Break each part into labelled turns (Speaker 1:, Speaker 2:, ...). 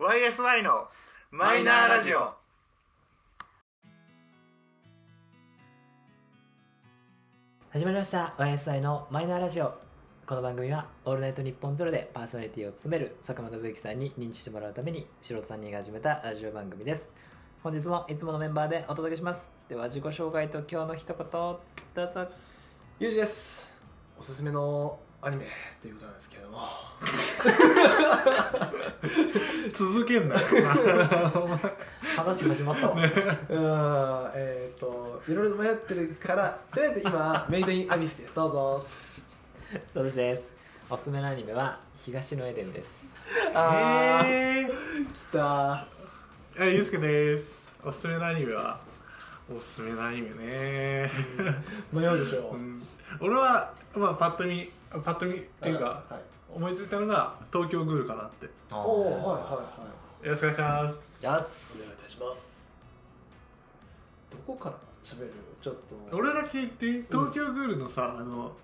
Speaker 1: YSY のマイナーラジオ
Speaker 2: 始まりました YSI のマイナーラジオこの番組は「オールナイトニッポンゼロでパーソナリティを務める佐久間信之さんに認知してもらうために素人3人が始めたラジオ番組です本日もいつものメンバーでお届けしますでは自己紹介と今日の一言どうぞ
Speaker 3: ゆうじですおすすめのアニメということなんですけれど も
Speaker 1: 続けんな
Speaker 2: 話始まったわ、
Speaker 3: うーんえっ、といろいろ迷ってるからとりあえず今メイドインアビスですどうぞ
Speaker 2: そうですおすすめのアニメは「東のエデン」です
Speaker 3: あー
Speaker 1: え
Speaker 3: 来た
Speaker 1: ー、あゆうすけですおすすめのアニメはおすすめのアニメね、
Speaker 3: 迷うでしょ
Speaker 1: う、
Speaker 3: うん
Speaker 1: 俺はまあパッと見パッと見っていうか
Speaker 3: はい、
Speaker 1: 思いついたのが東京グールかなって
Speaker 2: お
Speaker 3: おおはいはいはい
Speaker 1: よろしくお願いします
Speaker 2: よ
Speaker 3: お願い
Speaker 2: し
Speaker 3: いたしますどこから喋るちょっと
Speaker 1: 俺だけ言っていい東京グールのさ、あの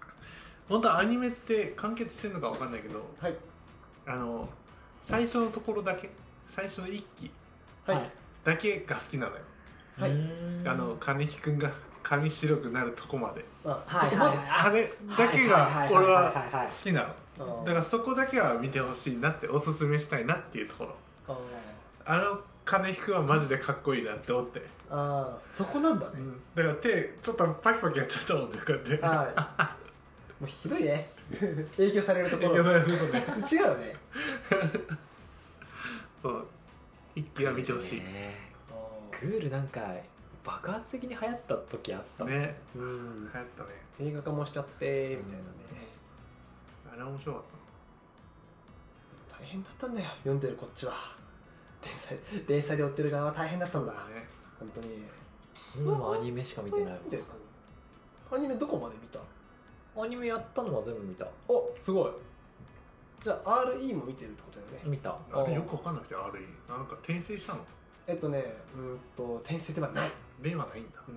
Speaker 1: 本当はアニメって完結してるのかわかんないけど
Speaker 3: はい
Speaker 1: あの最初のところだけ最初の一期
Speaker 3: はい、
Speaker 1: だけが好きなのよ、
Speaker 3: はいう
Speaker 2: ーん
Speaker 1: あの金木くんが髪白くなるとこまで
Speaker 3: あ
Speaker 2: は
Speaker 3: そ
Speaker 2: い
Speaker 3: こ
Speaker 2: はい
Speaker 1: あれだけ
Speaker 2: は
Speaker 1: が
Speaker 2: い
Speaker 1: 俺
Speaker 2: い
Speaker 1: はい
Speaker 2: はい
Speaker 1: 好きな
Speaker 3: ま
Speaker 1: のだ
Speaker 3: で
Speaker 1: からそこだけは見てほしいなっておすすめしたいなっていうところ
Speaker 3: あー
Speaker 1: あの金木くんはマジでかっこいいなって思って、
Speaker 3: あーそこなんだね
Speaker 1: だから手ちょっとパキパキやっちゃったもんねこうやって
Speaker 3: はい。もうひどいね。影響されるとこ
Speaker 1: 影
Speaker 3: ろ。
Speaker 1: 響
Speaker 3: 違
Speaker 1: されることね
Speaker 3: うね。
Speaker 1: そう一気は見てほしいね
Speaker 2: ねグールなんか爆発的に流行った時あったうん
Speaker 1: 流行ったね
Speaker 3: 映画化もしちゃってみたいなね。
Speaker 1: あれ面白かっ
Speaker 3: 大変だったんだよ。読んでるこっちは。連載連載で追ってる側は大変だったんだ
Speaker 1: た。ね
Speaker 3: 本当に。
Speaker 2: 今アニメしか見てないわ
Speaker 3: 見てるアニメどこまで見た？
Speaker 2: アニメやったのは全部見た
Speaker 3: お、すごい。じゃあ RE も見てるってことだよね。
Speaker 2: 見た
Speaker 1: あれよくわかんなくてあれなんか転生したの
Speaker 3: えっとね、うーんと転生ではない。
Speaker 1: 電話ないんだ
Speaker 3: うん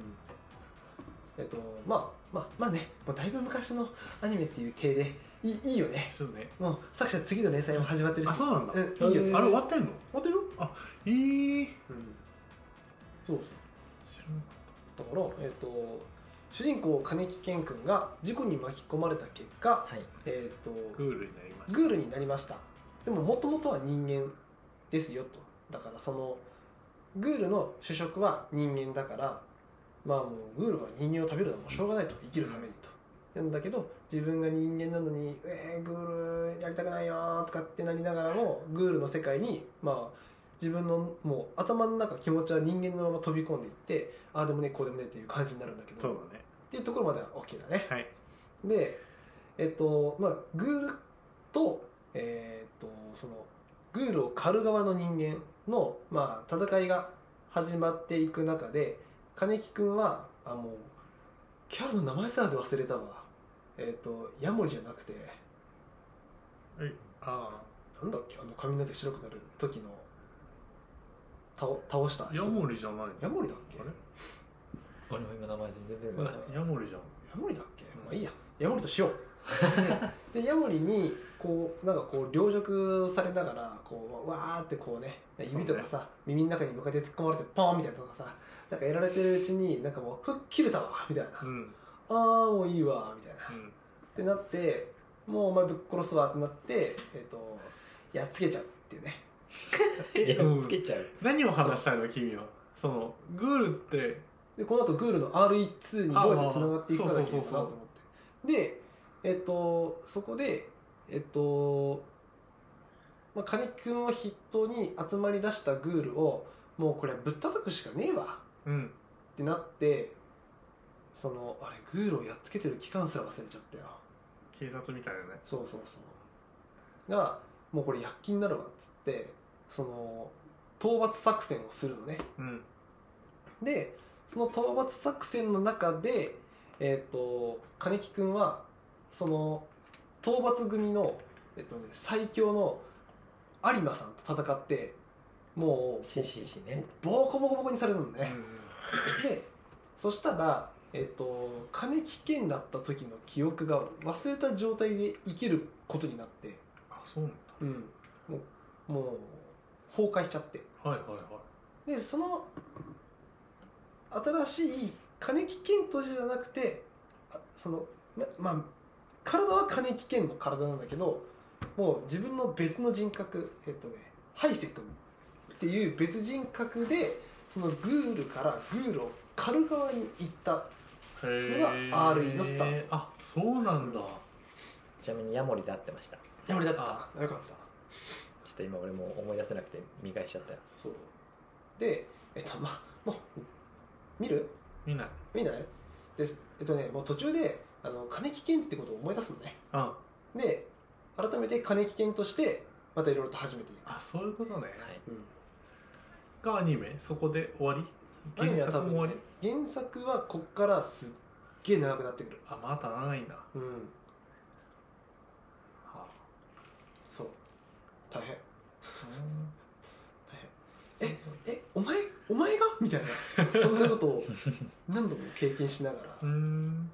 Speaker 3: えっとまあまあまあね、もうだいぶ昔のアニメっていう体でいいいいよね。
Speaker 1: そうね
Speaker 3: もう作者次の連載も始まってるし
Speaker 1: あそうなんだ、
Speaker 3: うんいいよね
Speaker 1: あれ終わってんの
Speaker 3: 待てよ、
Speaker 1: えー、
Speaker 3: うん、そう
Speaker 1: 知らなか
Speaker 3: そうだからえっ、と主人公金木健君が事故に巻き込まれた結果
Speaker 2: はい
Speaker 3: えっ、
Speaker 1: った
Speaker 3: と
Speaker 1: グールになりました
Speaker 3: グールになりましたでももともとは人間ですよとだからそのグールの主食は人間だからまあもうグールは人間を食べるのはもうしょうがないと生きるためにとなんだけど自分が人間なのに「えー、グールやりたくないよ」とかってなりながらもグールの世界にまあ自分のもう頭の中気持ちは人間のまま飛び込んでいってああでもねこうでもねっていう感じになるんだけど
Speaker 1: そう
Speaker 3: っ
Speaker 1: だね
Speaker 3: ていうところまでは OK だね
Speaker 1: はい
Speaker 3: でえっとまあグールとえーっとそのグールを狩る側の人間の、まあ、戦いが始まっていく中で金木君はあもうキャラの名前さえ忘れたわえっとヤモリじゃなくて
Speaker 1: はいあ
Speaker 3: なんだっけあの髪の毛白くなる時の倒倒した
Speaker 1: あヤモリじゃないの
Speaker 3: ヤモリだっけ
Speaker 1: あ
Speaker 2: 俺も今名前全然出て
Speaker 3: こ
Speaker 2: こ
Speaker 3: な
Speaker 2: ないい
Speaker 1: れヤモリじゃん
Speaker 3: ヤモリだっけ、まあいいやヤモリとしよ うでヤモリにこうなんかこう凌辱されながらこうわーってこうね指とかさ、耳の中に向かって突っ込まれてポーンみたいなのとかさなんかやられてるうちになんかもう「ふっ切れたわ」みたいな「
Speaker 1: うん
Speaker 3: あーもういいわ」みたいな、
Speaker 1: う
Speaker 3: っ
Speaker 1: ん
Speaker 3: てなって「もうお前ぶっ殺すわ」ってなってえっ、とやっつけちゃうっていうね
Speaker 2: いや
Speaker 1: うん
Speaker 2: つけちゃう
Speaker 1: 何を話したいの君はそのグールって
Speaker 3: でこの後グールの RE2 にどうやってつながっていくかだけ
Speaker 1: あまあまあそうそう
Speaker 3: かなと
Speaker 1: そうそう
Speaker 3: 思ってでえっとそこでえっと、まあ、金木君を筆頭に集まり出したグールをもうこれはぶったたくしかねえわ
Speaker 1: うん
Speaker 3: ってなってそのあれグールをやっつけてる期間すら忘れちゃったよ
Speaker 1: 警察みたいなね
Speaker 3: そうそうそうがもうこれ躍起になるわっつってその討伐作戦をするのね
Speaker 1: うん
Speaker 3: でその討伐作戦の中で、えー、と金木君はその討伐組の、えっとね、最強の有馬さんと戦ってもう
Speaker 2: CCC ね
Speaker 3: ボコボコボコにされるの
Speaker 1: うん
Speaker 3: ね、でそしたら、えっと金木健だった時の記憶が忘れた状態で生きることになって
Speaker 1: あそうなんだ
Speaker 3: うんもうもう崩壊しちゃって
Speaker 1: はいはい
Speaker 3: でその新しい金木健としてじゃなくてあそのなまあ体は金木健の体なんだけどもう自分の別の人格えっとねハイセ君っていう別人格でそのグールからグールを狩る側に行った
Speaker 1: はい
Speaker 3: これが RE のスター
Speaker 1: あそうなんだ
Speaker 4: ちなみにヤモリで合ってました
Speaker 3: や俺だったよかった
Speaker 4: ちょっと今俺も思い出せなくて見返しちゃったよ
Speaker 3: そうでえっとまあもう見る
Speaker 1: 見ない
Speaker 3: 見ないですえっとねもう途中であの金木健ってことを思い出すのね
Speaker 1: あ
Speaker 3: で改めて金木健としてまたいろいろと始めてい
Speaker 1: あそういうことね
Speaker 4: はい
Speaker 3: く、
Speaker 1: がアニメそこで終わり
Speaker 3: アニメ
Speaker 1: 原
Speaker 3: は多
Speaker 1: 作も
Speaker 3: 分
Speaker 1: 終わり
Speaker 3: 原作はこっからすっげえ長くなってくる
Speaker 1: あまた長いんだは
Speaker 3: うん
Speaker 1: あ
Speaker 3: そう大変
Speaker 1: う
Speaker 3: 大変ええお前お前がみたいなそんなことを何度も経験しながら
Speaker 1: ーん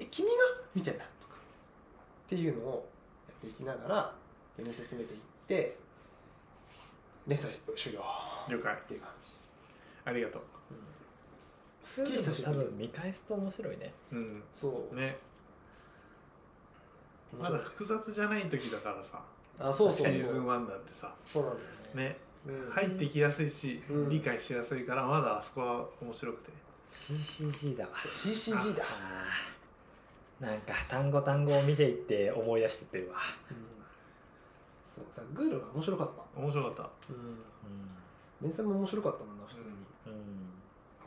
Speaker 3: え君がみたいなとかっていうのをやっていきながら読み進めていって連載終了っ
Speaker 1: 了解
Speaker 3: ていう感じ、
Speaker 1: ありがと
Speaker 3: うんすっげえ久しぶ
Speaker 4: 多
Speaker 3: り
Speaker 4: 分見返すと面白いね
Speaker 1: ううん
Speaker 3: そう、
Speaker 1: ね
Speaker 3: 面
Speaker 1: ま
Speaker 3: 白
Speaker 1: だ
Speaker 3: い
Speaker 1: 複雑じゃない時だからさ
Speaker 3: あそうそう
Speaker 1: シ
Speaker 3: そ
Speaker 1: ーズン
Speaker 3: う
Speaker 1: 1だってさ
Speaker 3: そうなんだよね
Speaker 1: ね
Speaker 3: うん
Speaker 1: 入ってきやすいし、
Speaker 3: うん
Speaker 1: 理解しやすいからまだあそこは面白くて
Speaker 4: CCG だわ
Speaker 3: CCG だ、
Speaker 4: あーなんか単語単語を見ていって思い出してってるわ、
Speaker 3: うんそうだからグールは面白かった、
Speaker 1: 面白かっ
Speaker 3: うん、
Speaker 4: う
Speaker 3: 連載も面白かったもんな普通に、
Speaker 4: んうん、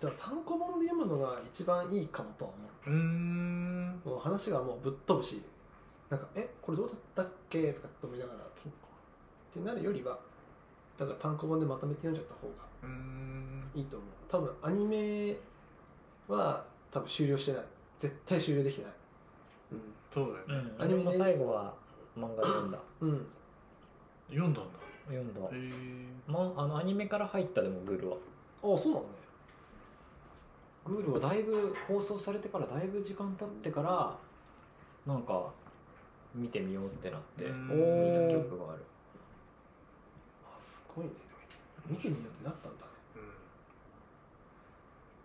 Speaker 3: だから単行本で読むのが一番いいかもとは思う
Speaker 1: たうーん
Speaker 3: もう話がもうぶっ飛ぶしなんか「えこれどうだったっけ?」とかって思いながらってなるよりはだから単行本でまとめて読んじゃった方が
Speaker 1: うーん
Speaker 3: いいと思う多分アニメは多分終了してない絶対終了できてない
Speaker 1: そうだよね、
Speaker 4: うん、
Speaker 3: ア
Speaker 4: ア
Speaker 3: ニ
Speaker 4: ニ
Speaker 3: メね
Speaker 4: メも最後は漫画で読んだ
Speaker 3: うん、うん、
Speaker 1: 読んだんだ
Speaker 4: 読んだ、
Speaker 1: へえ
Speaker 4: ま、あのアニメから入ったでもグールは
Speaker 3: ああそうなのね
Speaker 4: グールはだいぶ放送されてからだいぶ時間経ってからなんか見てみようってなって
Speaker 1: うん
Speaker 4: 見た記憶がある
Speaker 3: あすごいね見てみようってなったんだね
Speaker 1: うんっ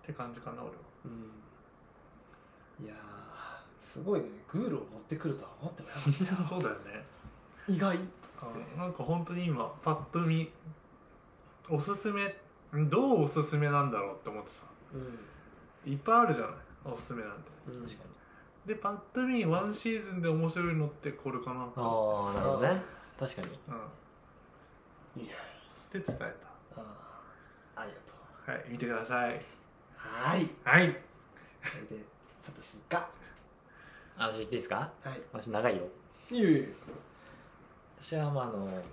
Speaker 1: て感じかな俺は
Speaker 3: うんいやーすごいねグールを持ってくるとは思ってもなかっ
Speaker 1: いや そうだよね
Speaker 3: た意外
Speaker 1: あなんか本当に今パッと見おすすめどうおすすめなんだろうって思ってさ
Speaker 3: うん、
Speaker 1: いっぱいあるじゃないおすすめなんて
Speaker 3: うん、
Speaker 4: 確かに
Speaker 1: でパッと見ワンシーズンで面白いのってこれかなと
Speaker 4: ああなるほどね確かに
Speaker 1: うん
Speaker 3: にいや
Speaker 1: で伝え
Speaker 3: あーありがとう
Speaker 1: たはい見てください
Speaker 3: はーい
Speaker 1: はい
Speaker 3: これでサトシが
Speaker 4: あ私言っていいですか
Speaker 3: はい
Speaker 4: 私長いよ
Speaker 3: いえいえ
Speaker 4: 私はまああの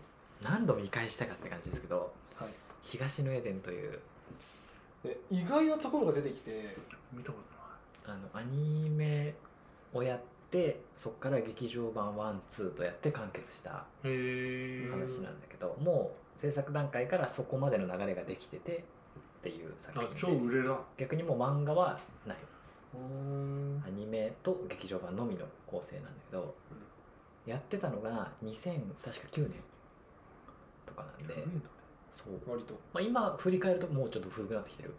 Speaker 4: 何度見返したかって感じですけど
Speaker 3: はい
Speaker 4: 「東のエデン」という
Speaker 3: で意外なところが出てきて
Speaker 1: 見たこと
Speaker 4: あのアニメをやってそこから劇場版12とやって完結した
Speaker 1: ないへえ
Speaker 4: 話なんだけど、もう制作段階からそこまでの流れができててっていう作
Speaker 1: あ超
Speaker 4: 品で
Speaker 1: 売れだ
Speaker 4: 逆にもう漫画はない
Speaker 1: うん
Speaker 4: アニメと劇場版のみの構成なんだけど、やってたのが2000確か9年とかなんで、そう、
Speaker 3: 割と
Speaker 4: まあ、今振り返るともうちょっと古くなってきてる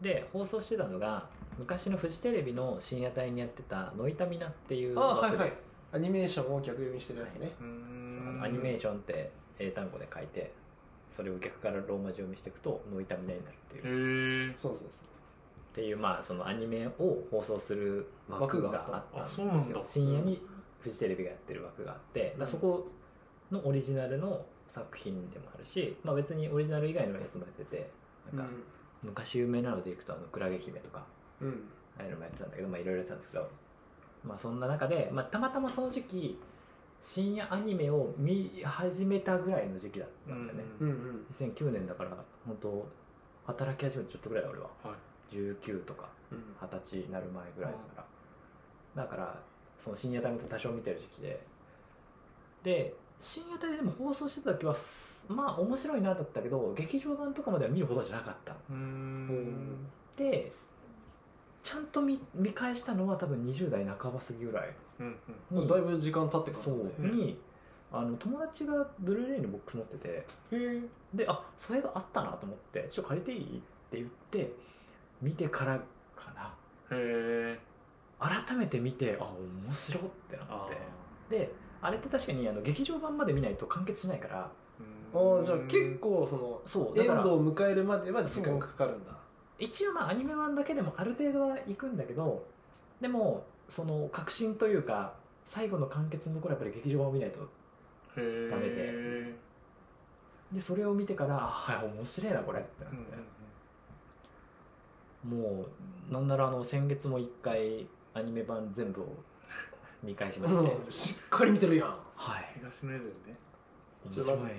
Speaker 4: で放送してたのが昔のフジテレビの深夜帯にやってた「ノイタミナ」っていう
Speaker 3: ああは
Speaker 4: 枠
Speaker 3: い
Speaker 4: で
Speaker 3: はいアニメーションを逆読みしてるやつね、
Speaker 1: う
Speaker 4: そ
Speaker 1: ん
Speaker 4: のアニメー
Speaker 1: シ
Speaker 4: ションって英単語で書いてそれを逆からローマ字読みしていくと「ノイタミナ」になるっていうっ
Speaker 1: へえ
Speaker 3: そうそうそ
Speaker 4: ていうまあそのアニメを放送する枠があったんですよ
Speaker 1: 枠があったあそうなんだ
Speaker 4: 深夜にフジテレビがやってる枠があってだからそこのオリジナルの作品でもあるし、まあ、別にオリジナル以外のやつもやってて
Speaker 3: う
Speaker 4: なんか昔有名なのでいくと「あのクラゲ姫」とか
Speaker 3: うん、うん、
Speaker 4: ああいうのもやってたんだけどまあいろいろやってたんですけどまあそんな中で、まあ、たまたまその時期深夜アニメを見始めたぐらいの時期だったんだよね、
Speaker 3: うんうん
Speaker 4: 2009年だから本当働き始めてちょっとぐらいだ俺は
Speaker 1: はい
Speaker 4: 19とか
Speaker 3: うん
Speaker 4: 二十歳になる前ぐらいだから、だからその深夜帯も多少見てる時期でで深夜帯ででも放送してた時はすまあ面白いなだったけど劇場版とかまでは見るほどじゃなかった
Speaker 1: うーん
Speaker 4: でちゃんと見見返したのは多分20代半ば過ぎぐらい
Speaker 1: うんうん
Speaker 4: に
Speaker 3: だいぶ時間経ってから
Speaker 4: そう
Speaker 3: ね
Speaker 4: にあの友達がブルーレイのボックス持っててであそういえばあったなと思ってちょっと借りていいって言って見てからかな
Speaker 1: へえ
Speaker 4: 改めて見てあ面白ってな
Speaker 1: あ
Speaker 4: ってであれって確かにあの劇場版まで見ないと完結しないから
Speaker 1: ー
Speaker 3: お
Speaker 1: う
Speaker 3: ー
Speaker 1: ん
Speaker 3: じゃあ結構その
Speaker 4: そうだ
Speaker 3: エン
Speaker 4: か
Speaker 3: ド
Speaker 4: ら
Speaker 3: を迎えるまでは時間がかかるんだ
Speaker 4: 一応まあアニメ版だけでもある程度は行くんだけどでもその革新というか最後の完結のところはやっぱり劇場版を見ないと
Speaker 1: へー
Speaker 4: ダメで
Speaker 1: うん
Speaker 4: でそれを見てからあはい面白いなこれってなって、もうなんならあの先月も1回アニメ版全部を見返しまして
Speaker 3: うんしっかり見てるやん
Speaker 4: はい
Speaker 1: 東のエデンね
Speaker 4: 面白いのよ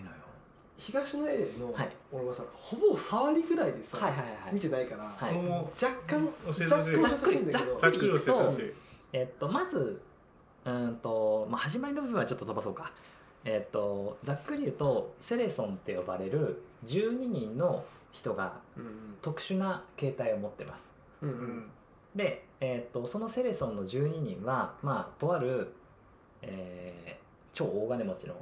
Speaker 3: 東の絵の
Speaker 4: はい
Speaker 3: 俺はさほぼ触りぐらいでさ
Speaker 4: はいはいはい
Speaker 3: 見てないから
Speaker 4: は
Speaker 3: 若
Speaker 4: い
Speaker 1: も
Speaker 3: 干
Speaker 1: う教えて
Speaker 3: 若
Speaker 1: ほしい
Speaker 3: 干
Speaker 4: ざっくり
Speaker 3: 難しいんだけど
Speaker 1: ざっくり教えてほしい
Speaker 4: えっとまずうーんと、まあ、始まりの部分はちょっと飛ばそうかえっとざっくり言うとセレソンって呼ばれる12人の人が
Speaker 3: うん
Speaker 4: 特殊な形態を持ってます
Speaker 3: うんう
Speaker 1: うんん
Speaker 4: で、えっとそのセレソンの12人は、まあ、とある、えー超大金持ちの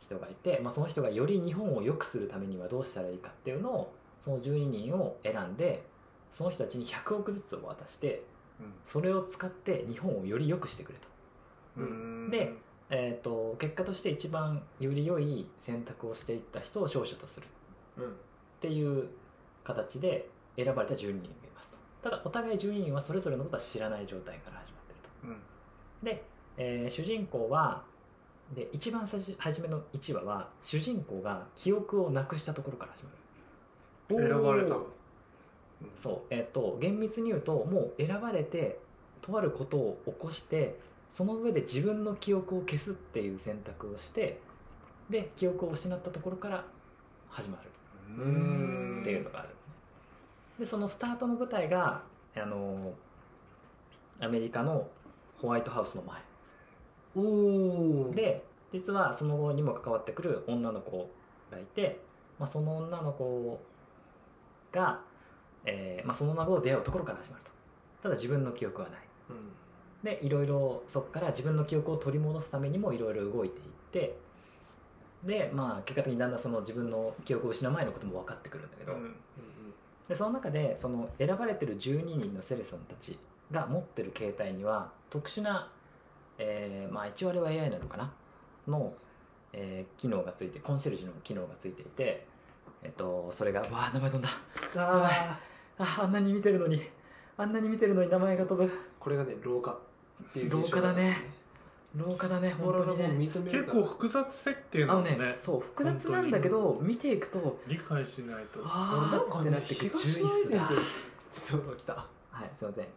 Speaker 4: 人がいて、まあ、その人がより日本を良くするためにはどうしたらいいかっていうのをその12人を選んでその人たちに100億ずつを渡してそれを使って日本をより良くしてくれと,、
Speaker 1: うん
Speaker 4: でえっと結果として一番より良い選択をしていった人を勝者とする
Speaker 3: うん
Speaker 4: っていう形で選ばれた12人がいますとただお互い12人はそれぞれのことは知らない状態から始まってると
Speaker 1: うん
Speaker 4: で、えー主人公はで一番最初初めの1話は主人公が記憶をなくしたところから始まる
Speaker 1: 選ばれた
Speaker 3: お
Speaker 4: そうえっ、と厳密に言うともう選ばれてとあることを起こしてその上で自分の記憶を消すっていう選択をしてで記憶を失ったところから始まる
Speaker 1: うん
Speaker 4: っていうのがある、でそのスタートの舞台があのーアメリカのホワイトハウスの前
Speaker 3: ーおー
Speaker 4: で実はその後にも関わってくる女の子がいて、まあ、その女の子が、えーまあ、その孫と出会うところから始まるとただ自分の記憶はない
Speaker 3: うん
Speaker 4: でいろいろそこから自分の記憶を取り戻すためにもいろいろ動いていってでまあ結果的にだんだんその自分の記憶を失う前のことも分かってくるんだけど、
Speaker 1: うん
Speaker 4: でその中でその選ばれてる12人のセレソンたちが持ってる携帯には特殊な、えーまあ、一応あれは AI なのかなの、えー機能がついてコンシェルジュの機能がついていて、えっと、それが「わあ名前飛んだ
Speaker 3: あ
Speaker 4: ああんなに見てるのにあんなに見てるのに名前が飛ぶ
Speaker 3: ーこれがね老化っていう現象
Speaker 4: 老化だね廊下だね
Speaker 3: オ
Speaker 4: 本
Speaker 3: ーロ
Speaker 4: 当
Speaker 3: ラ
Speaker 4: に
Speaker 3: も
Speaker 4: ね
Speaker 3: 認め
Speaker 1: 結
Speaker 3: るか
Speaker 1: 構
Speaker 3: ら
Speaker 1: 複雑設定
Speaker 4: あ
Speaker 1: な
Speaker 4: の
Speaker 1: の
Speaker 4: ね
Speaker 1: ね
Speaker 4: そう複雑なんだけど見ていくと
Speaker 1: 理解しないと
Speaker 4: ああ
Speaker 3: これ
Speaker 4: って
Speaker 3: な
Speaker 4: なんっ
Speaker 3: かね
Speaker 4: てくる
Speaker 3: 東の
Speaker 4: 11
Speaker 3: エデン
Speaker 4: だ
Speaker 3: ってそうだ来たは
Speaker 4: はいすいません、
Speaker 3: い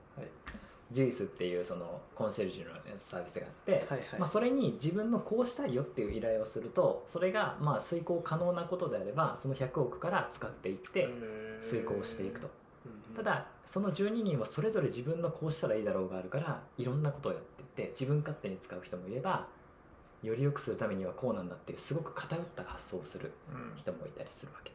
Speaker 4: ジュイスっていうそのコンシェルジュのサービスがあって、
Speaker 3: いはい
Speaker 4: まあ、それに自分のこうしたいよっていう依頼をするとそれがまあ遂行可能なことであればその100億から使っていって
Speaker 1: へー
Speaker 4: 遂行していくと
Speaker 3: うん
Speaker 4: ただその12人はそれぞれ自分のこうしたらいいだろうがあるからいろんなことをやっていって自分勝手に使う人もいればより良くするためにはこうなんだっていうすごく偏った発想をする
Speaker 1: うん
Speaker 4: 人もいたりするわけ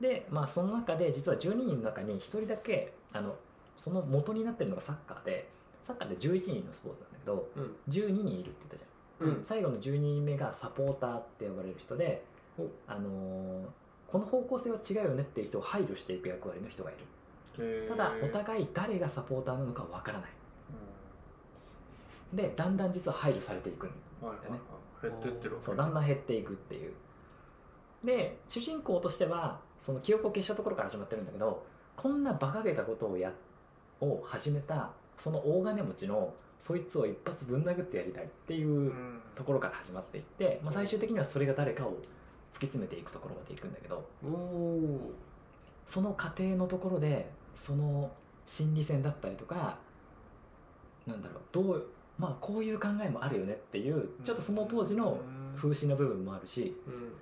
Speaker 4: でまあその中で実は12人の中に1人だけあのその元になってるのがサッカーでサッカーって11人のスポーツなんだけど
Speaker 3: うん
Speaker 4: 12人いるって言ったじゃん
Speaker 3: うん
Speaker 4: 最後の12人目がサポーターって呼ばれる人で
Speaker 3: お、
Speaker 4: あのーこの方向性は違うよねっていう人を排除していく役割の人がいるただお互い誰がサポーターなのかわからないでだんだん実は排除されていくん
Speaker 1: うんはいはいはい減ってってるわけ
Speaker 4: そうだんだん減っていくっていうで主人公としてはその記憶を消したところから始まってるんだけどこんな馬鹿げたことをやを始めたその大金持ちのそいつを一発ぶん殴ってやりたいっていう
Speaker 1: うん
Speaker 4: ところから始まっていって、まあ、最終的にはそれが誰かを突き詰めていくところまでいくんだけど
Speaker 3: おお
Speaker 4: その過程のところでその心理戦だったりとかなんだろうどう、まあ、こういう考えもあるよねっていうちょっとその当時の風刺の部分もあるしっ
Speaker 3: うん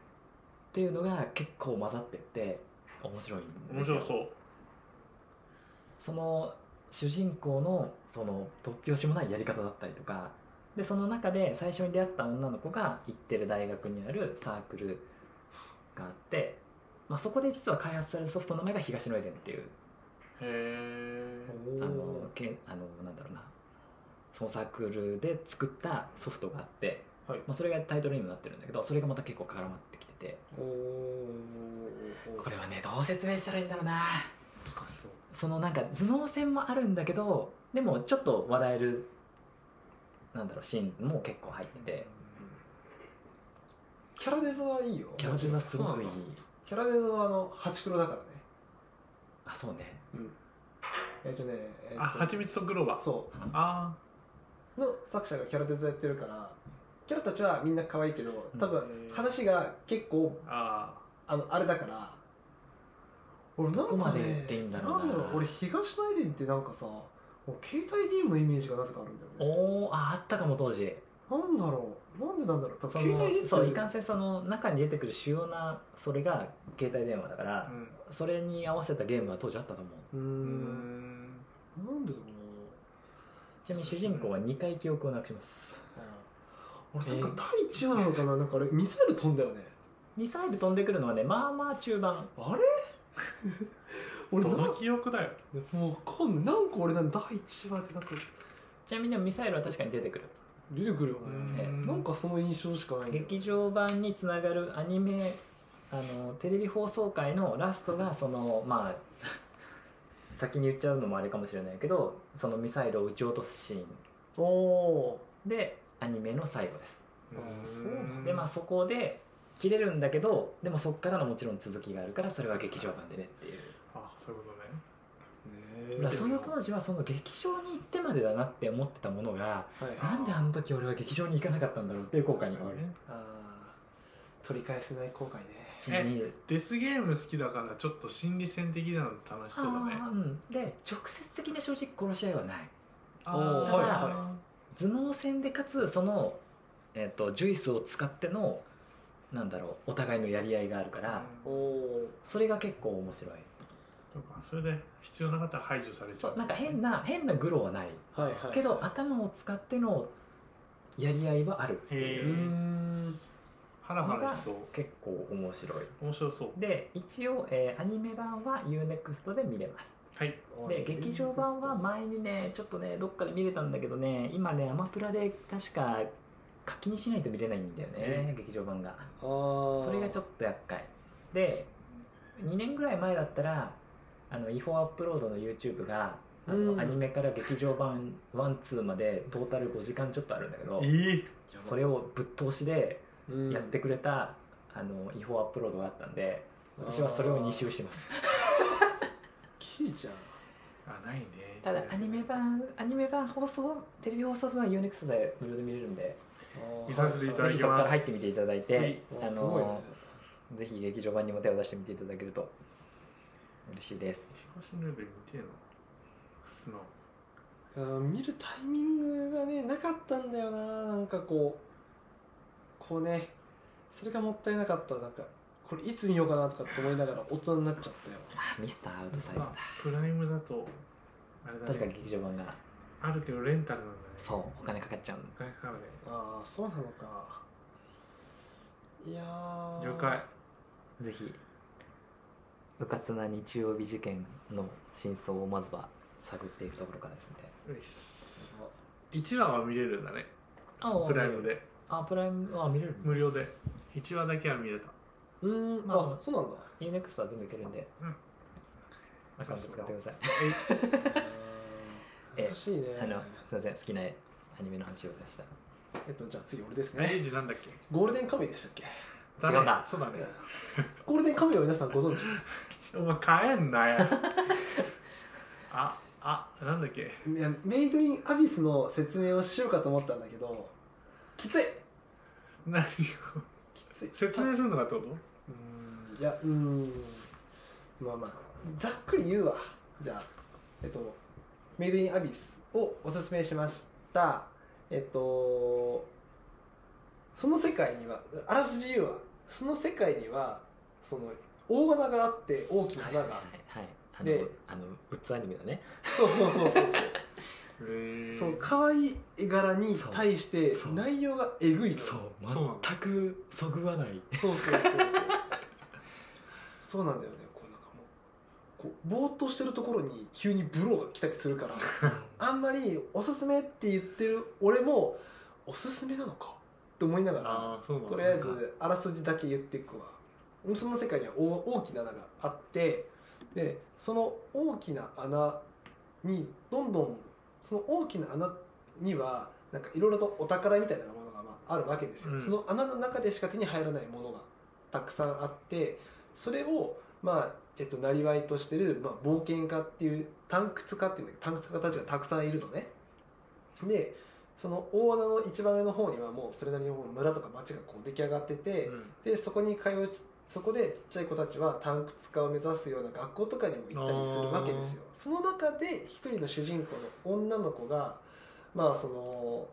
Speaker 4: ていうのが結構混ざってって面白いんですよ
Speaker 1: 面白そう
Speaker 4: その主人公のその突拍子もないやり方だったりとかでその中で最初に出会った女の子が行ってる大学にあるサークルがあって、まあ、そこで実は開発されるソフトの名前が東のエデンっていう
Speaker 1: へ
Speaker 4: あのけんあのなんだろうなそのサークルで作ったソフトがあって
Speaker 1: はい
Speaker 4: まあ、それがタイトルにもなってるんだけどそれがまた結構絡まってきてて
Speaker 3: おー
Speaker 4: これはねどう説明したらいいんだろうな
Speaker 1: 難しそう
Speaker 4: そのなんか頭脳戦もあるんだけどでもちょっと笑えるなんだろうシーンも結構入ってて
Speaker 3: キャラデザはいいよ
Speaker 4: キャラデザすごくいい
Speaker 1: そう
Speaker 3: キャラデザはあのハチクロだからね
Speaker 4: あそうね
Speaker 3: えっ、とねえっ、
Speaker 1: あ
Speaker 3: と
Speaker 1: はちみつとグローバー
Speaker 3: そ
Speaker 1: あ
Speaker 3: うの作者がキャラデザやってるからキャラたちはみんな可愛いけど多分
Speaker 1: うん
Speaker 3: 話が結構
Speaker 1: ーあ
Speaker 3: あのあれだから俺なんか、ね、
Speaker 4: どこまで言っていいんだろうなん
Speaker 3: だろ俺東大連ってなんかさ俺携帯ゲームのイメージがなぜかあるんだよね
Speaker 4: おーああったかも当時
Speaker 3: なんだろうなんでなんだろう多分
Speaker 4: そ
Speaker 3: 携帯ゲームっ
Speaker 4: の
Speaker 3: て
Speaker 4: そういかんせんその中に出てくる主要なそれが携帯電話だか
Speaker 1: ー
Speaker 4: ら、
Speaker 1: うん
Speaker 4: それに合わせたゲームは当時あったと思う
Speaker 3: うー
Speaker 1: うー
Speaker 3: ん
Speaker 1: ん
Speaker 3: なんでだろ
Speaker 4: ちなみに主人公は2回記憶をなくします
Speaker 3: うな俺なんか第1話なのかな、なんかあれミサイル飛んだよね
Speaker 4: ミサイル飛んでくるのはねまあまあ中盤
Speaker 3: あれ俺
Speaker 1: ど
Speaker 3: なん
Speaker 1: の記憶だよ
Speaker 3: もうわかんないなんか俺なん第1話でなんか
Speaker 4: ちなみにでもミサイルは確かに出てくる
Speaker 3: 出てくるよ
Speaker 1: うん
Speaker 3: ねなんかその印象しかないんだよ
Speaker 4: 劇場版につながるアニメあのテレビ放送回のラストがそのまあ 先に言っちゃうのもあれかもしれないけどそのミサイルを撃ち落とすシーン
Speaker 3: おお
Speaker 4: でアニメの最後です
Speaker 3: あーそうなん
Speaker 4: でまあそこで切れるんだけどでもそっからのもちろん続きがあるからそれは劇場版でねっていう
Speaker 1: あそういうことね
Speaker 3: ー
Speaker 4: だからその当時はその劇場に行ってまでだなって思ってたものが
Speaker 3: はい
Speaker 4: なんであの時俺は劇場に行かなかったんだろうっていう後悔にもある
Speaker 3: あー取り返せない後悔ね
Speaker 4: ちなみに
Speaker 1: デスゲーム好きだからちょっと心理戦的なの楽しそうだね
Speaker 4: あーうんで直接的な正直殺し合いはない
Speaker 1: あ
Speaker 3: お
Speaker 1: ー
Speaker 3: ー
Speaker 1: ただ
Speaker 4: はい頭脳戦でかつその、えー、とジュイスを使ってのなんだろうお互いのやり合いがあるから
Speaker 1: う
Speaker 3: お
Speaker 1: ん
Speaker 3: お
Speaker 4: それが結構面白い
Speaker 1: そうかそれで必要な方は排除されちゃ
Speaker 4: そううなんか変な変なグロはない
Speaker 3: はいはい
Speaker 4: けど
Speaker 3: う
Speaker 4: 頭を使ってのやり合いはある
Speaker 1: へ
Speaker 3: ーん
Speaker 1: ハラハラしそう
Speaker 4: 結構面白い
Speaker 1: 面白そう
Speaker 4: で一応、えーアニメ版は UNEXT で見れます
Speaker 1: はい
Speaker 4: で劇場版は前にねちょっとねどっかで見れたんだけどね今ねアマプラで確か課金しないと見れないんだよね劇場版が
Speaker 3: あー
Speaker 4: それがちょっと厄介で2年ぐらい前だったらあの違法アップロードの YouTube があの、
Speaker 3: うん
Speaker 4: アニメから劇場版12までトータル5時間ちょっとあるんだけど
Speaker 1: え
Speaker 4: それをぶっ通しで
Speaker 3: うん
Speaker 4: やってくれた、あの違法アップロードがあったんで私はそれを2周してます
Speaker 3: キーちゃん
Speaker 1: あないね
Speaker 4: ただアニメ版アニメ版放送テレビ放送分は UNEXT で無料で見れるんで
Speaker 3: あー
Speaker 1: 見させていた
Speaker 4: ぜ
Speaker 1: だきます
Speaker 4: ひそこから入ってみていただい
Speaker 1: は
Speaker 4: て
Speaker 1: い
Speaker 3: あー
Speaker 4: あ
Speaker 3: すごいね
Speaker 4: のぜひ劇場版にも手を出してみていただけると嬉しいです
Speaker 1: 東のルベ見てえの素直
Speaker 3: あー見るタイミングがねなかったんだよななんかこうこうねそれがもったいなかったなんかこれいつ見ようかなとかって思いながら大人になっちゃったよ
Speaker 4: あミスターアウトサイダー
Speaker 1: まあプライムだとあれだ、ね、
Speaker 4: 確か劇場版が
Speaker 1: あるけどレンタルなんだね
Speaker 4: そうお金かかっちゃうの
Speaker 1: お金かかるね
Speaker 3: ああそうなのかいやー
Speaker 1: 了解
Speaker 4: ぜひうかつな日曜日事件の真相をまずは探っていくところからですね
Speaker 1: ういっす1話は見れるんだねプライムで
Speaker 4: あプライムあ見れる
Speaker 1: 無料で1話だけは見れた
Speaker 3: うーん
Speaker 4: まあ
Speaker 3: あそうなんだ
Speaker 4: UNEXT は全部いけるんで
Speaker 1: うん
Speaker 4: アカウント使ってください
Speaker 3: あー難しいね
Speaker 4: あのすいません好きなアニメの話を出した
Speaker 3: えっとじゃあ次俺です
Speaker 1: え
Speaker 3: ね
Speaker 1: イジなんだっけ
Speaker 3: ゴールデンカムイでしたっけ
Speaker 1: だ
Speaker 4: 違うんだ
Speaker 1: そうだね
Speaker 3: ゴールデンカムイは皆さんご存知
Speaker 1: お前帰んなよ ああなんだっけ
Speaker 3: いやメイドインアビスの説明をしようかと思ったんだけどきつい
Speaker 1: 何を
Speaker 3: きつい
Speaker 1: 説明するのかってこと
Speaker 3: うーんいやうーんまあまあざっくり言うわじゃあえっとメイドインアビスをおすすめしましたえっとその世界にはあらすじ言うわその世界にはその大穴があって大きな穴
Speaker 4: はい
Speaker 3: が
Speaker 4: はい、はい、あの
Speaker 3: で
Speaker 4: あのうつアニメだね
Speaker 3: そうそうそう そう
Speaker 1: へえ
Speaker 3: そうそう可愛い絵柄に対して
Speaker 4: そう
Speaker 3: 内容がえぐいのよ
Speaker 4: う
Speaker 1: そうなんだ
Speaker 4: 全くそぐわ ない
Speaker 3: そうそうそうそうそうなんだよねこうなんかもうこうぼーっとしてるところに急にブローが来たりするからあんまりおすすめって言ってる俺もおすすめなのかと思いながら
Speaker 1: ああそうなんだ
Speaker 3: とりあえずあらすじだけ言っていくわその世界には大大きな穴があってでその大きな穴にどんどんその大きな穴にはなんかいろいろとお宝みたいなものがまああるわけですよ、
Speaker 1: うん
Speaker 3: その穴の中でしか手に入らないものがたくさんあってそれをまあえっとなりわいとしてる、まあ、冒険家っていう探掘家っていうんだけど探掘家たちがたくさんいるのねでその大穴の一番上の方にはもうそれなりの村とか町がこう出来上がってて、
Speaker 1: うん
Speaker 3: でそこに通うそこでちっちゃい子たちは探掘家を目指すような学校とかにも行ったりするわけですよその中で一人の主人公の女の子がまあその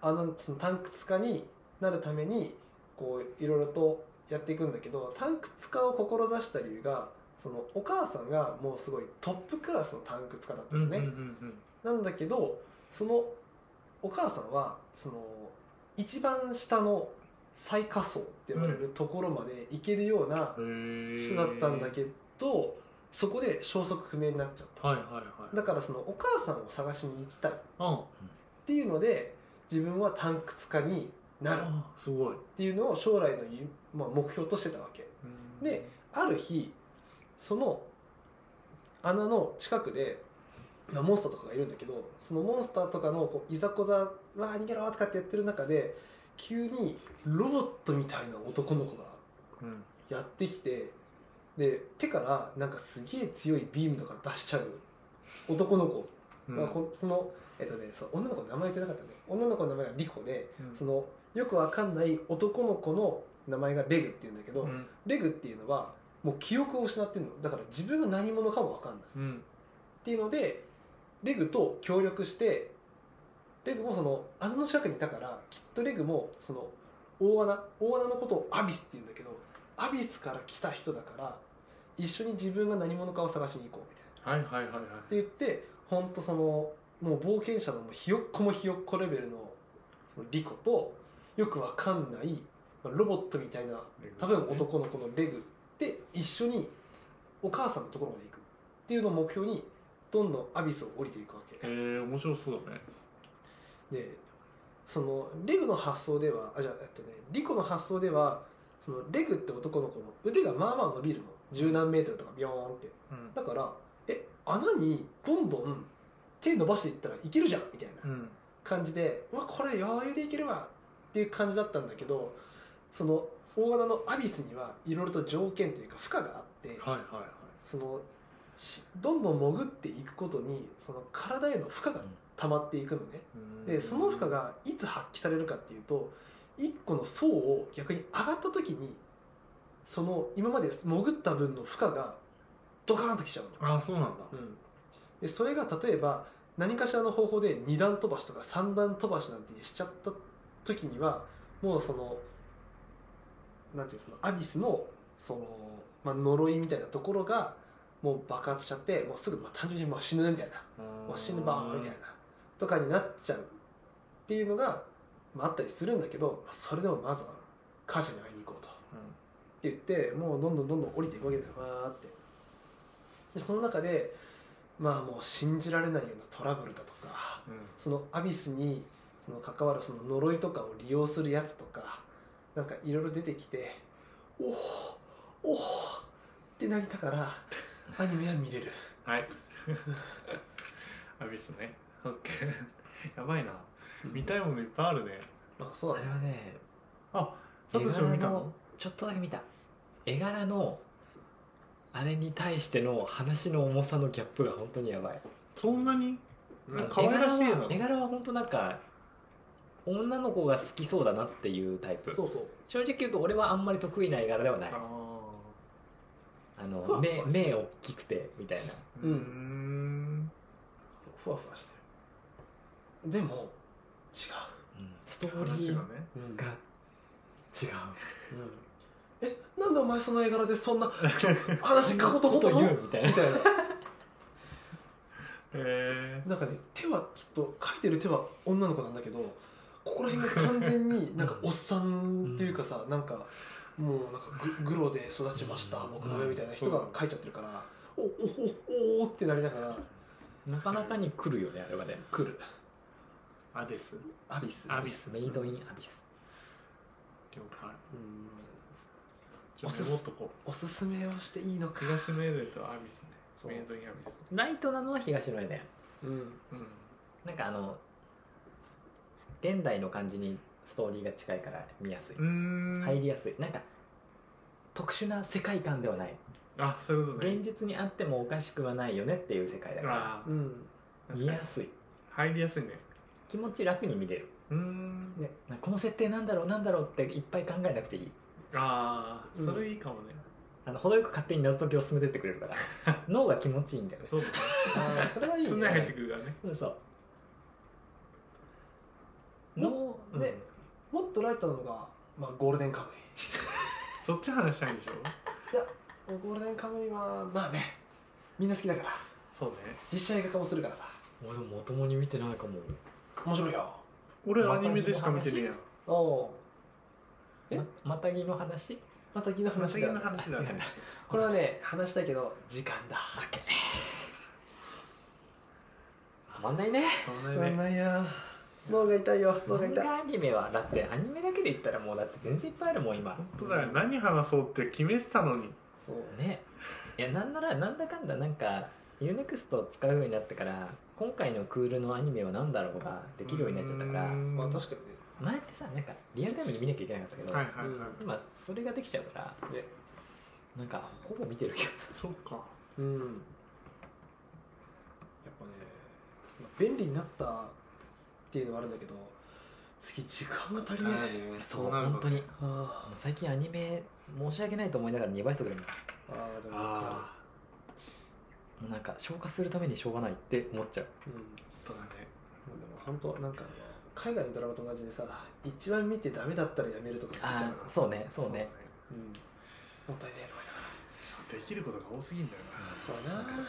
Speaker 3: あのその探掘家になるためにこういろいろとやっていくんだけど探掘家を志した理由がそのお母さんがもうすごいトップクラスの探掘家だった
Speaker 1: う
Speaker 3: の
Speaker 1: ん
Speaker 3: ね、
Speaker 1: うんうん
Speaker 3: なんだけどそのお母さんはその一番下の最下層って呼ばれるところまで行けるような
Speaker 1: うんへえ
Speaker 3: 人だったんだけど、そこで消息不明になっちゃった、
Speaker 1: はいはいはい
Speaker 3: だからそのお母さんを探しに行きたいっ
Speaker 1: あ
Speaker 3: ていうので自分は探掘家になるっ
Speaker 1: あすごい
Speaker 3: ていうのを将来のゆ、まあ、目標としてたわけ
Speaker 1: うん
Speaker 3: である日その穴の近くで、まあ、モンスターとかがいるんだけどそのモンスターとかのこういざこざ「わあ逃げろ!」とかってやってる中で急にロボットみたいな男の子が
Speaker 1: うん
Speaker 3: やってきてで手からなんかすげえ強いビームとか出しちゃう男の子、
Speaker 1: うん
Speaker 3: まあ、こそのえっとねそう女の子の名前言ってなかったね女の子の名前がリコで
Speaker 1: うん
Speaker 3: そのよくわかんない男の子の名前がレグっていうんだけど、
Speaker 1: うん
Speaker 3: レグっていうのはもう記憶を失ってるのだから自分が何者かも分かんない
Speaker 1: うん
Speaker 3: っていうのでレグと協力してレグもその穴の近くにいたからきっとレグもその大穴大穴のことをアビスって言うんだけどアビスから来た人だから一緒に自分が何者かを探しに行こうみたいな
Speaker 1: はいはいはいは
Speaker 3: っ
Speaker 1: い
Speaker 3: て言ってほんとそのもう冒険者のもうひよっこもひよっこレベルのそのリコとよくわかんないまあロボットみたいな多分男の子のレグで一緒にお母さんのところまで行くっていうのを目標にどんどんアビスを降りていくわけ
Speaker 1: へえ面白そうだね
Speaker 3: でそのレグの発想ではあじゃあえっとねリコの発想ではそのレグって男の子の腕がまあまあ伸びるの十何メートルとかビヨーンって
Speaker 1: うん
Speaker 3: だからえ穴にどんどん手伸ばしていったらいけるじゃんみたいな
Speaker 1: うん
Speaker 3: 感じでうわこれ余裕でいけるわっていう感じだったんだけどその大穴のアビスにはいろいろと条件というか負荷があって
Speaker 1: はいはいはい
Speaker 3: そのしどんどん潜っていくことにその体への負荷が溜まっていくのね、
Speaker 1: うん
Speaker 3: でその負荷がいつ発揮されるかっていうと1個の層を逆に上がった時にその今まで潜った分の負荷がドカーンときちゃうの。
Speaker 1: ああそうなんだ
Speaker 3: うん、でそれが例えば何かしらの方法で2段飛ばしとか3段飛ばしなんてしちゃった時にはもうそのなんていうのそのアビスのその、まあ、呪いみたいなところがもう爆発しちゃってもうすぐまあ単純にまあ死ぬみたいな
Speaker 1: うん
Speaker 3: もう死ぬばーみたいなとかになっちゃうっていうのが、まあ、あったりするんだけどまあそれでもまずは母ちゃんに会いに行こうと。って言ってもうどんどんどんどん降りていくわけですよわーってでその中でまあもう信じられないようなトラブルだとか
Speaker 1: うん
Speaker 3: そのアビスにその関わるその呪いとかを利用するやつとかなんかいろいろ出てきておおおおってなりながらアニメは見れる
Speaker 1: はい アビスねオッケーや ばいな見たいものいっぱいあるね
Speaker 3: まあそうだ
Speaker 4: あ
Speaker 3: ね
Speaker 4: れはね
Speaker 1: サトシも見た
Speaker 4: 絵柄
Speaker 1: の
Speaker 4: のちょっとだけ見た絵柄のあれに対しての話の重さのギャップが本当にやばい
Speaker 1: そんなに
Speaker 3: うん
Speaker 1: 可愛らしい絵
Speaker 4: 絵
Speaker 1: な
Speaker 4: 柄
Speaker 1: の
Speaker 4: は絵柄は本当なんか女の子が好きそうだなっていうタイプ
Speaker 3: そうそう
Speaker 4: 正直言うと俺はあんまり得意な絵柄ではない
Speaker 1: あ
Speaker 4: あの
Speaker 3: わ
Speaker 4: 目目大きくてみたいな
Speaker 1: ー
Speaker 3: うん
Speaker 1: ん
Speaker 3: ふわふわしてるでも違
Speaker 4: ストーリ
Speaker 1: 話
Speaker 4: ー
Speaker 1: が
Speaker 4: が
Speaker 1: ね
Speaker 3: う、うん
Speaker 4: 違う
Speaker 3: うん、えなんでお前その絵柄でそんな話過去とこと
Speaker 4: 言
Speaker 3: 言
Speaker 4: う
Speaker 3: う
Speaker 4: みたいな
Speaker 3: みたいな
Speaker 1: え
Speaker 3: なんかね手はきっと描いてる手は女の子なんだけどここら辺が完全になんかおっさんっていうかさ、なんかもうなんかググロで育ちました、
Speaker 4: うん
Speaker 3: 僕みたいな人が描いちゃってるから、おおおおおってなりながら
Speaker 4: なかなかに来るよねあれはね
Speaker 3: 来る
Speaker 1: ー、アデス
Speaker 3: アビス
Speaker 1: アビス
Speaker 4: メイドインアビス
Speaker 1: 了解
Speaker 3: うん
Speaker 1: じ
Speaker 3: お
Speaker 1: ゃあ
Speaker 3: すす
Speaker 1: メモっとこう
Speaker 3: おすすめをしていいのか
Speaker 1: 東のエデンとアビスね
Speaker 3: そう
Speaker 1: メイドインアビス
Speaker 4: ライトなのは東の絵だよ
Speaker 3: うん
Speaker 1: うん
Speaker 4: なんかあの現代の感じにストーリーが近いから見やすい、
Speaker 1: うーん
Speaker 4: 入りやすいなんか特殊な世界観ではない
Speaker 1: あそういうことね
Speaker 4: 現実にあってもおかしくはないよねっていう世界だか
Speaker 1: あ
Speaker 3: う
Speaker 1: ー
Speaker 3: ん
Speaker 4: ら
Speaker 1: 確
Speaker 4: 見
Speaker 1: か
Speaker 4: や
Speaker 1: に
Speaker 4: すい
Speaker 1: 入りやすいね
Speaker 4: 気持ち楽に見れる
Speaker 1: うーん
Speaker 4: なんかこの設定なんだろうなんだろうっていっぱい考えなくていい
Speaker 1: ああ
Speaker 3: うん
Speaker 1: それいいかもね、
Speaker 4: あの程よく勝手に謎解きを進めてってくれるから 脳が気持ちいいんだよね
Speaker 1: そうだね
Speaker 3: ああそれはいいね
Speaker 1: すんなり入ってくるからね
Speaker 4: そうそう
Speaker 3: も
Speaker 4: 脳うん
Speaker 3: ねもっとライトなのが、まあ、ゴールデンカム
Speaker 1: そっち話したいんでしょ
Speaker 3: イゴールデンカムイはまあねみんな好きだから
Speaker 1: そうね
Speaker 3: 実写映画化もするからさ
Speaker 4: 俺でもまともに見てないかも
Speaker 3: 面白いよ
Speaker 1: 俺アニメでしか見てねえやん
Speaker 3: おおえ
Speaker 4: ままたぎの話
Speaker 3: また昨の話
Speaker 1: 話
Speaker 3: だ
Speaker 1: の話だ
Speaker 4: 違う
Speaker 1: ね
Speaker 4: な
Speaker 3: これはね話したいけど時間だ
Speaker 4: はまんないね
Speaker 1: そうだね
Speaker 3: いや脳が痛いよ脳が
Speaker 4: 漫
Speaker 3: 痛い
Speaker 4: 画アニメはだってアニメだけで言ったらもうだって全然いっぱいあるもん今
Speaker 1: 本当だよ何話そうって決めてたのに
Speaker 3: そう
Speaker 4: ねいやなんならなんだかんだなんか UNEXT を使うようになってから今回のクールのアニメは何だろうができるようになっちゃったから
Speaker 3: まあ確
Speaker 1: か
Speaker 3: か
Speaker 4: 前ってさなんかリアルタイムに見なきゃいけなかったけど、
Speaker 1: はいはいはい、
Speaker 3: うん
Speaker 4: 今それができちゃうから
Speaker 3: にねね
Speaker 4: なんかほぼ見てるけど
Speaker 1: そっか
Speaker 3: うんやっぱねまあ便利になったっていうのはあるんだけど次時間が足りない
Speaker 1: そうなる
Speaker 4: 本
Speaker 1: と
Speaker 4: 当に
Speaker 3: あ
Speaker 4: 最近アニメ申し訳ないと思いながら2倍速でも
Speaker 3: ーあーでも
Speaker 1: ああ
Speaker 4: うなんか消化するためにしょうがないって思っちゃう
Speaker 3: うん
Speaker 1: そうだね
Speaker 3: でも本当なんかあの海外のドラマと同じでさ一番見てダメだったらやめるとかしちゃう
Speaker 4: あ
Speaker 3: から
Speaker 4: あそうねそうね
Speaker 3: うん、もったいねえとか
Speaker 1: そうできることが多すぎんだよな
Speaker 3: 言わなそうやな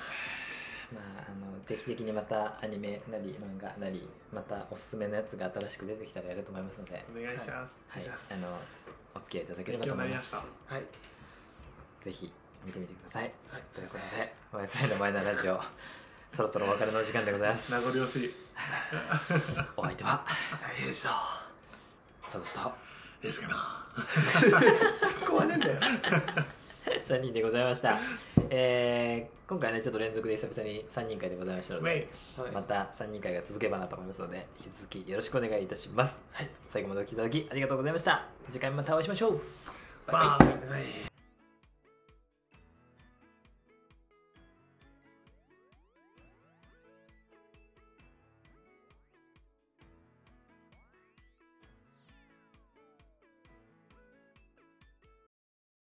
Speaker 4: まあ、あの定期的にまたアニメなり漫画なりまたおすすめのやつが新しく出てきたらやると思いますので、
Speaker 1: お願いします、
Speaker 4: はい、
Speaker 3: お願いし
Speaker 4: あ
Speaker 3: ます
Speaker 4: のお付き合いいただけれ
Speaker 1: 勉
Speaker 4: ばと
Speaker 1: 強に
Speaker 4: 思
Speaker 1: ないり
Speaker 4: ま
Speaker 1: まし
Speaker 4: す
Speaker 1: た
Speaker 3: はい
Speaker 4: ぜひ見てみてください
Speaker 3: はいす
Speaker 4: とい
Speaker 3: いうませ
Speaker 4: こと
Speaker 3: ん
Speaker 4: で「おやさいのマイナーラジオ」そろそろお別れの時間でございます
Speaker 1: 名残惜しい
Speaker 4: お相手は
Speaker 3: 大変でした
Speaker 4: 佐藤と
Speaker 1: ですかな
Speaker 3: そこはねえんだ よ
Speaker 4: 3人でございました、 えー、今回ねちょっと連続で久々に3人会でございました の
Speaker 1: ウ
Speaker 4: で
Speaker 1: ェイ
Speaker 3: はい
Speaker 4: また3人会が続けばなと思いますので引き続きよろしくお願いいたします、はい、最後までお聞きいただきありがとうございました次回もまたお会いしましょうバイバイ
Speaker 1: バーン
Speaker 3: はい